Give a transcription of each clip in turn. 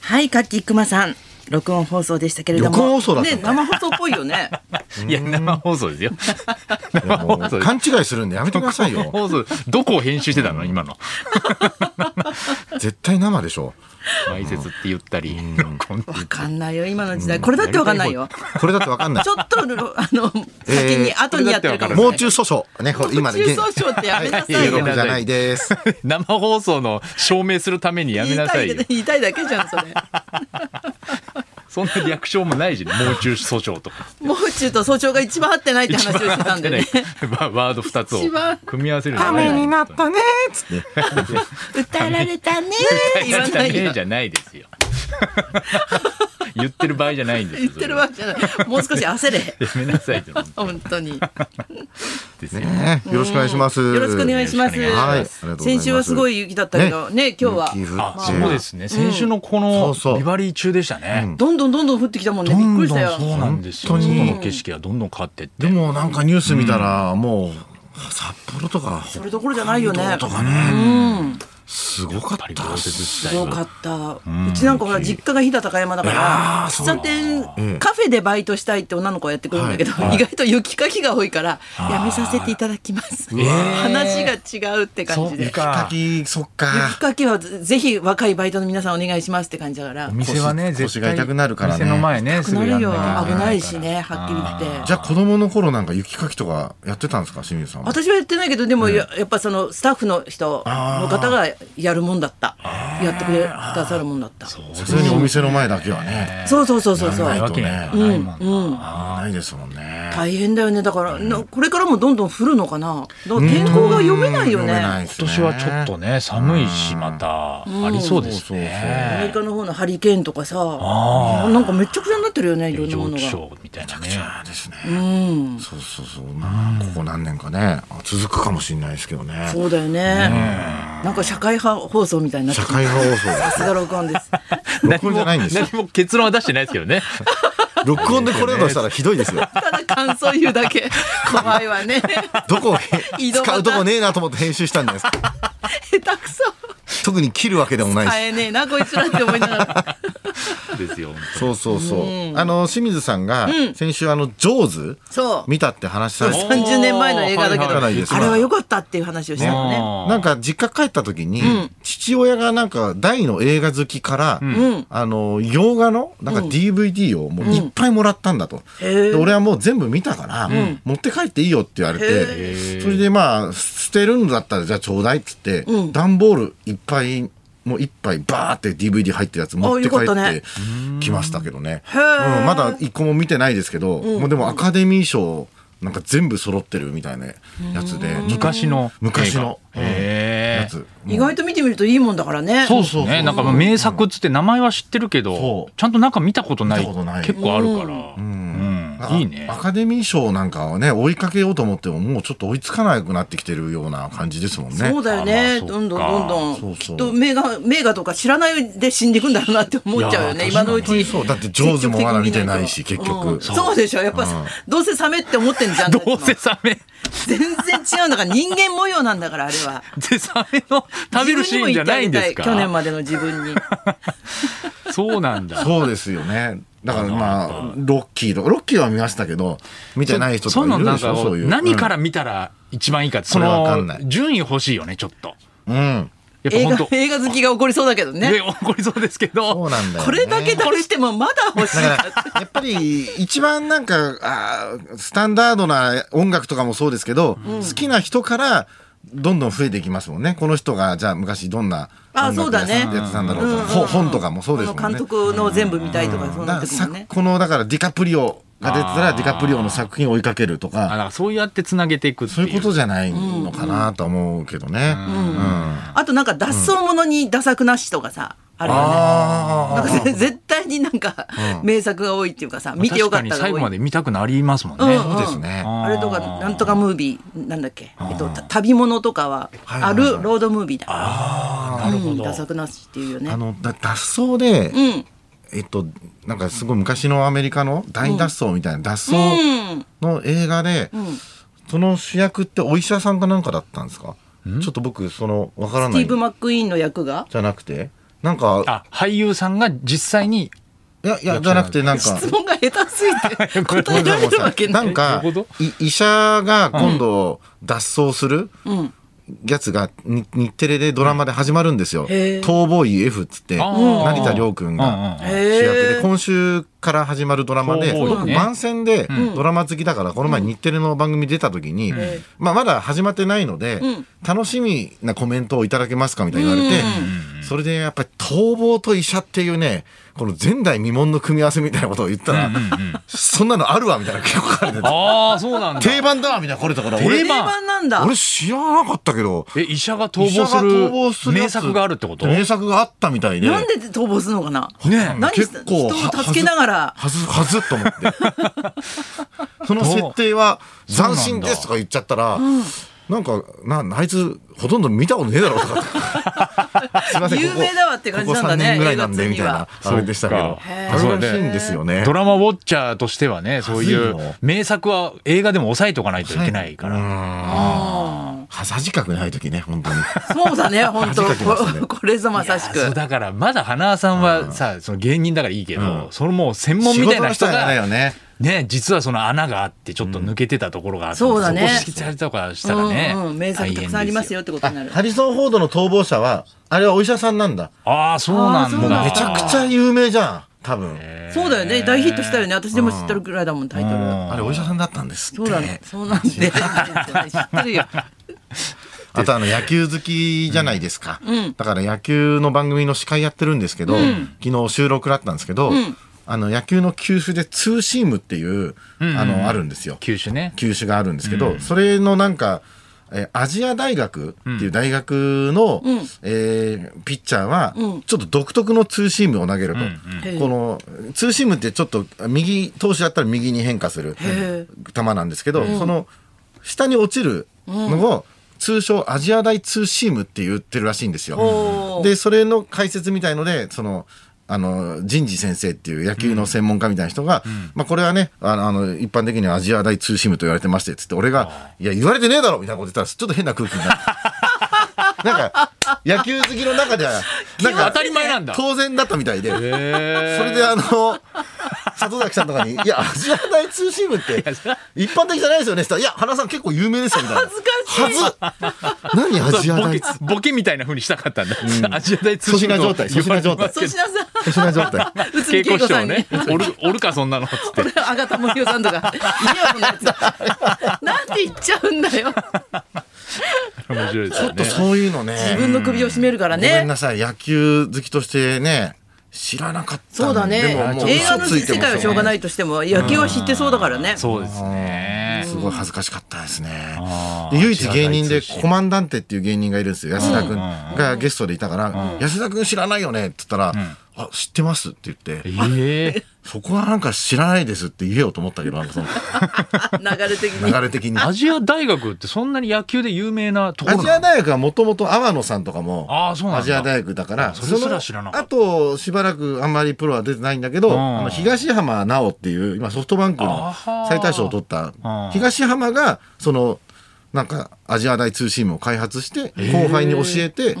はい、カッキークマさん、録音放送でしたけれども。録音放送だったね、の生放送っぽいよね。 いや、生放送ですよ。いや生も放う送です。勘違いするんでやめてください生よ。放送どこを編集してたの今の。絶対生でしょ。埋設って言ったり、録音って言わったりかんないよ、今の時代、これだってわかんないよ。これだってわかんない ち。ょっと、ろあの、先に、後にやってるかもしれなもうい。中訴訟。ね、これ今今で現。中訴訟ってやめなさはいいいやいよ。や16じゃないです。生放送の証明するためにやめなさいよ言いたいけど。言いたいだけじゃん、それ。そんな略称もないし、ね、もう中訴訟とか。もう中と早朝が一番合ってないって話をしてたんで ね。ワワード二つを一番組み合わせるダないメになったねーつって。歌られたねーって言わじゃなねいよえじ。ゃないですよ。言ってる場合じゃないんです言よ。ってるわけじゃない。もう少し焦れ。それはやめなさいって思うん本当に。ですよ。ねよろしくお願いします。よろしくお願いします。よろしくお願いしますはいありがとうございます先週はすごい雪だったけど、ね、今日は。雪降あ、っそうでて。すね。先週のこうんのそうそうビバリー中でしたね。どんどんどんどん降ってきたもんね。どびっんくどんりしそたよ。うなんですよ。本当に外の景色がどんどん変わってって。でもなんかニュース見たら、もう、札幌とか、それどころじゃないよね。とかね、うん。すごかっやっぱり豪た。雪地す帯ごはかった。うちなんかほら、実家が日田高山だかいやら、ーそう喫茶ええ店、カフェでバイトしたいって女の子がやってくるんだけど、はいはい意外と雪かきが多いから、やめさせていただきます。話が違うって感そじうで。か滝、そっか雪。かきはぜぜひ若いバイトの皆さんお願いしますって感じだからお。店はね腰絶対腰が痛くなるからね店の前ねすなぐやるんなよ。きゃ危けないかしらね、はっきり言って。じゃあ子供の頃なんか雪かきとかやってたんですか、清水さんは。私はやってないけどでもや,、やっぱそのスタッフの人の方がやるもんだったやってくれくださるもんだったそ普通にお店の前だけはね、うそうそうそうそなないわうけにはいかないもんなないですもんね。大変だよねだから、なこれからもどんどん降るのかなだから天候が読めないよ読めないねです今ね年はちょっとね寒いしまたありそうですアメリねカの方のハリケーンとかさなんかめっちゃくちゃになってるよねいろんなもの情が緒みたいなねそうですね。そうそうそう。まあここ何年かね、続くかもしれないですけどね。そうだよねなんか社会派放送みたいになって社る会派放送でさ すが録音ですす。録音じゃないんですよ。 何も結論は出してないですけどね録音でこれをしたらひどいですよ。ただ感想言うだ け怖いわねど こを移へ動使うとこねえなと思って編集したんじ ゃないですか。下手くそ特に切るわけでもないし。変えねえなこいつらって思いながらで すよそうそうそう。あの清水さんが先週あのジョーズそう見たって話されておー30年前の映画だけど、はいはいはいあれは良かったっていう話をしたのね。あーなんか実家帰った時に、父親がなんか大の映画好きから、あの洋画のなんか DVD をもういっぱいもらったんだと、へえで俺はもう全部見たから、持って帰っていいよって言われへてえそれでまあ捨てるんだったらじゃあちょうだいっつって、段ボールいっぱいもう一杯バーって DVD 入ってるやつ持って帰あよかったっねてきましたけどね、へえうんまだ一個も見てないですけど、もうでもアカデミー賞なんか全部揃ってるみたいなやつでちょっと昔の昔の映画へやえつ意外と見てみるといいもんだからね。そううそそううそうね。なんか名作っつって名前は知ってるけそどう、ちゃんとなんか見たことない見たことない結構あるから。うんあいいねア。カデミー賞なんかはね追いかけようと思ってももうちょっと追いつかなくなってきてるような感じですもんね。そうだよね。あまあどんどんどんどん。そうかきっと名画、名画とか知らないで死んでいくんだろうなって思っちゃうよね。い今やのう本当にち。そうだってジョーズもまだ見てないし積極結的に見局、ないとうんそうでしょ。やっぱさ、どうせサメって思ってんじゃん。どうせサメ、全然違うんだから人間模様なんだからあれは。でサメの食べるシーンじゃないんですか。自分にも言ってあげたい去年までの自分に。そうなんだ。そうですよね。だからまあロッキーとロッキーは見ましたけど見てない人とそかいのるなんでしょかそういう何からら見たら一番いいかってそそれわかんなのい順位欲しいよねちょっと。うん、うんやっ映ぱ画本、当。映画好きが怒りそうだけどねね。怒りそうですけそうど。なんだよ、ね。これだけ出してもまだ欲しいだから やっぱり一番なんかあースタンダードな音楽とかもそうですけど、好きな人からどんどん増えていきますもんねこの人がじゃあ昔どんなあ音楽屋さんでやってたんだろうとか、ほ本とかもそうですあもの監んね。督の全部見たいとか、そうだなってからくるさもんね。このだからディカプリオが出てたらディカプリオの作品を追いかけるとあだかからそうやってつなげていくってそういういことう。じゃないのかなとは思うけどね。うんあとなんか脱走ものにダサくなしとかさ、あるよね。あなんーかぜ絶対になんか、名作が多いっていうかさ、見てよかった確がに最多後まい。で見たくなりますもんね。うんそうですね。あれとか、なんとかムービー、なんだっけ、えっと、た旅物とかは、いはいあはいるロードムービーだ。なるうほんど。ダサくなしっていうよねあ。のだ脱走で、うん。えっと、なんかすごい昔のアメリカの大脱走みたいな脱走うん。の映画で、んその主役ってお医者さんかなんかだったんですかちょっと僕そのわからスなティいーブ・じマック・イーンの役がゃなくてなんか、あ、俳優さんが実際に、いや、いや、じゃなくて、なんか、質問が下手すぎ てご答めえんならされいごめんるなわさけいなないんかどういうこ、い医者が今度、脱走するうんやつが、に日テレでドラマで始まるんですよ。へー逃亡医 F っつって、あー成田凌君がうんううん主ん役へで、ー今週から始まるドラマで、逃亡医ね番宣でうんドラマ好きだから、この前日テレの番組出た時にん、まあまだ始まってないのでうん、楽しみなコメントをいただけますかみたいに言われて、それでやっぱり逃亡と医者っていうね、この前代未聞の組み合わせみたいなことを言ったら、そんなのあるわみたいな結構書か れててああ、そうなんだ。定番だみたいなこれだから定俺定番番なんだ俺知らなかったけどえ、医者が逃医者亡が逃亡すするるや名つ作があるってこと名作があったみたいでなんで逃亡するのかなね何した結構人を助けながらはずはずはずっと思って その設定は斬新ですとか言っちゃったらなんかなあいつほとんど見たことねえだろうと かすいませんこ有こ名だわって感じなんだねここ3年ぐらいなんで映画み通にたいなはあれでしたけどそっかあれらしいんですよねドラマウォッチャーとしてはね、そういはずいよう名作は映画でも抑えておかないといけないから。あはさじかくない時ね本当にーそうだね本当恥かきますねこ これぞまさしそうくだからまだ花輪さんはさその芸人だからいいけど、そのもう専門みたいな人仕事のだがよねね実はその穴があってちょっと抜けてたところがあって、うんそうだねこ指摘されたとかしたらね、うんうん名作たくさんありますよってことになるハリソン・フォードの逃亡者はあれはお医者さんなんだああそうなんだあーそうなんだめちゃくちゃ有名じゃん多分そうだよね大ヒットしたよね私でも知ってるぐらいだもんタイトルうんあれお医者さんだったんですそっうてだねそうなんで知って るよあとあの野球好きじゃないですか、うんだから野球の番組の司会やってるんですけど、ん昨日収録だったんですけど、んあの野球の球種でツーシームっていう、んあのあるんですよ九州ね球種があるんですけど、それのなんか、えーアジア大学っていう大学の、うんえーピッチャーは、うんちょっと独特のツーシームを投げると、うんこのツーシームってちょっと右投手だったら右に変化するへ球なんですけど、その下に落ちるのを、通称アジア大ツーシームって言ってるらしいんですよ。おーでそれの解説みたいのでそのあの人事先生っていう野球の専門家みたいな人が、まあ、これはねあのあの一般的にはアジア大ツーシームと言われてましてっつって俺が「いや言われてねえだろ」みたいなこと言ったらちょっと変な空気に なってなんか野球好きの中ではなん 当かたり前なんだ当然だったみたいで、へーそれであの里崎さんとかに「いやアジア大ツーシームって一般的じゃないですよね」って言ったら「いや原さん結構有名ですよ」みたいな恥ずかしいはず何アジアボ大ケツーボケみたいな風にしたかったんだ、アジア大通信粗品状態粗品状態粗品さん シーム状態内海稽恵子古師さ匠んにねおるおるかそんなのっつ っ俺てあがた森生さんとか「いやもうなやつなんて言っちゃうんだよ面白いですちょよっとねそういうのね自分の首を絞めるからごめんねなさい野球好きとしてね知らなかったそうだでねももう映画の嘘つ世いても界はしょうがないいとしても野球は知ってそうだからねそうですねすごい恥ずかしかったですねあーで唯一芸人で知らない通信コマンダンテっていう芸人がいるんですよ安田君うんがゲストでいたから「安田君知らないよね」って言ったら「あ知ってます」って言ってええそこはなんか知らないですって言えよと思ったけどなんかその 流れ的に流れ的にアジア大学ってそんなに野球で有名なとこアろなジのア大学はもともと阿野さんとかもああそうなんだアジア大学だからそれすら知らなかっそたのあとしばらくあんまりプロは出てないんだけど、んあの東浜直っていう今ソフトバンクのあはー最大賞を取ったうん東浜がそのなんかアジア大通信を開発して後輩に教えて、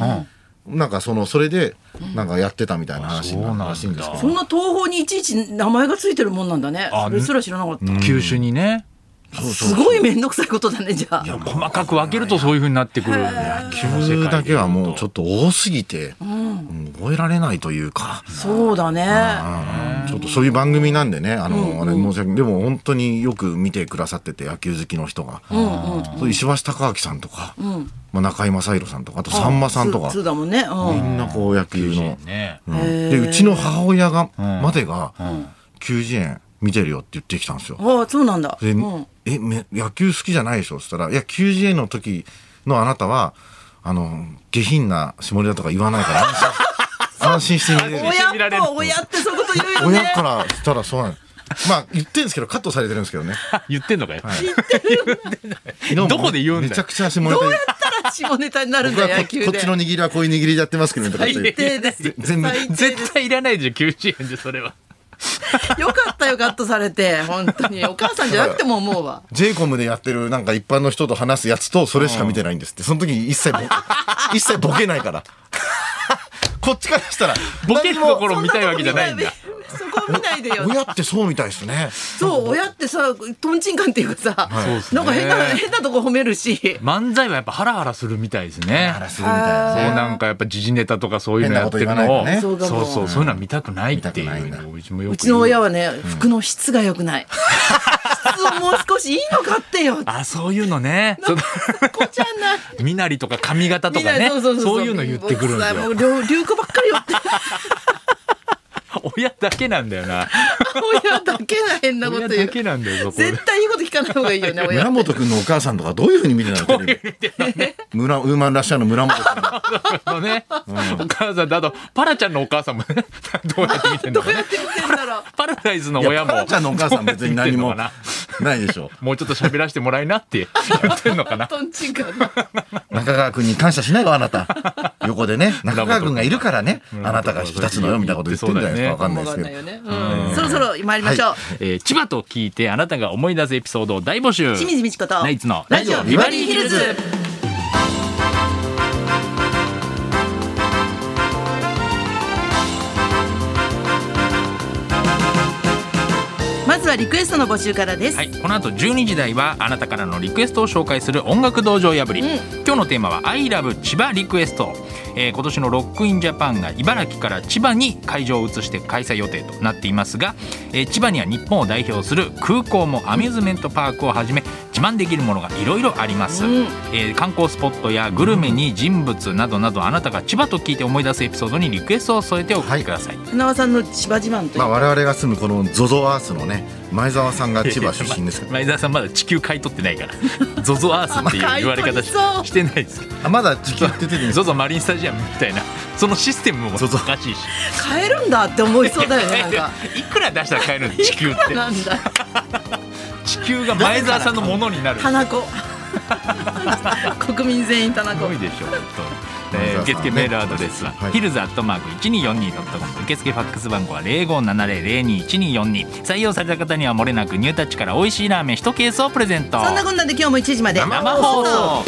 なんかそのそれでなんかやってたみたいな話になるらしいんですけど。そんな東宝にいちいち名前がついてるもんなんだねあそれすら知らなかった九州にねすごい面倒くさいことだねじゃあ細かく分けるとそういうふうになってくる野球の世界野球だけはもうちょっっと多すぎて、うん覚えられないというか、そうだねちょっとそういう番組なんでね、あの、あれ申し訳でも本当によく見てくださってて、野球好きの人が。そう石橋貴明さんとか、まあ、中居正広さんとか、あとさんまさんとかつ、うだもんねみうんなこう野球の。ねうんへーで、うちの母親が、までが、90円見てるよって言ってきたんですよ。んああそうなんだうで、んえめ野球好きじゃないでしょっつったら「いや90円の時のあなたはあの下品な下ネタとか言わないから安 心安心して見れる」親と親ってそういうこと言うよ親ねからしたらそうなんですまあ言ってんですけどカットされてるんですけどね言ってんのかよ昨日もどこで言うんだめよちゃくちゃ下ネタ言うただ下ネタになるん僕はだこ野球でこっちの握りはこういう握りでやってますけどねとかって言最って低ですよ全部最低です絶対いらないでしょ90円でそれはよかったよカットされて本当にお母さんじゃなくても思うわ JCOM でやってるなんか一般の人と 話すやつとそれしか見てないんですってその時一切ボ一切ボケないからこっちからしたらボケるところ見たいわけじゃないんだ。そこ見ないでよ。親ってそうみたいですねそう親ってさとんちんかんっていうかさ、そうっすねなんか変な変なとこ褒めるし。漫才はやっぱハラハラするみたいですね。するみたいそなうなんかやっぱ時事ネタとかそういうのやってる変なのこと言わを、ないとねそうそうかもそうそういうのは見たくないってい見たくないんだうのをうちもよくうちの親ははね、服の質が良くない。質をもう少しいいの買ってよ。あそういうのね そのこじゃない。身なりとか髪型とかね そういうの言ってくるんですもよう流流行ばっかりよって。親だけなんだよな親だけな変なこと親言だう。けなんだよそこで絶対いいこと聞かない方がいいよね、親村。本君のお母さんとかどういうふうに見てたのテレビ村ウーマンラッシャーの村本君 のね、お母さんだとパラちゃんのお母さんもね どうやって見てんどのうかやねって見てんだろう。パラダイスのいや親パもラちゃんのお母さん別に何もどうやって見てんのかないでしょなもうちょっと喋らせてもらいなって言ってんのか なとんちんかんな。中川君に感謝しないわあな た横でね中川君がいるからねあなたが引き立つのよみたいなこと言ってんじゃないですかわかんないですけどよね。うん。そろそろ参りましょう。えー千葉と聞いてあなたが思い出すエピソードを大募集清水美智子と。ナイツのラジオビバリーヒルズ。まずはリクエストの募集からです。はい、この後12時台はあなたからのリクエストを紹介する音楽道場破り、うん今日のテーマは「アイラブ千葉リクエスト」えー今年のロックインジャパンが茨城から千葉に会場を移して開催予定となっていますが、えー千葉には日本を代表する空港もアミューズメントパークをはじめ自慢できるものがいろいろあります、うんえー観光スポットやグルメに人物などなどあなたが千葉と聞いて思い出すエピソードにリクエストを添えて送ってください、船尾さんの千葉自慢というまあ我々が住むこの ZOZO アースのね前澤さんが千葉出身ですけど前澤さんまだ地球買い取ってないからゾゾアースっていう言 われ方買い取りしそうしてないですけどあまだ地球って出てるんですゾゾマリンスタジアムみたいなそのシステムもおかしいし買えるんだって思いそうだよね、なんか。 いくら出したら買えるの地球ってなんだ。地球が前澤さんのものになる田す中。 国民全員田中ご。いでしょ本当に、えー前澤さんね受付メールアドレスは、はいヒルズアットマーク 1242.com 受付ファックス番号は0570021242採用された方にはもれなくニュータッチから美味しいラーメン1ケースをプレゼントそんなこんなで今日も1時まで生放送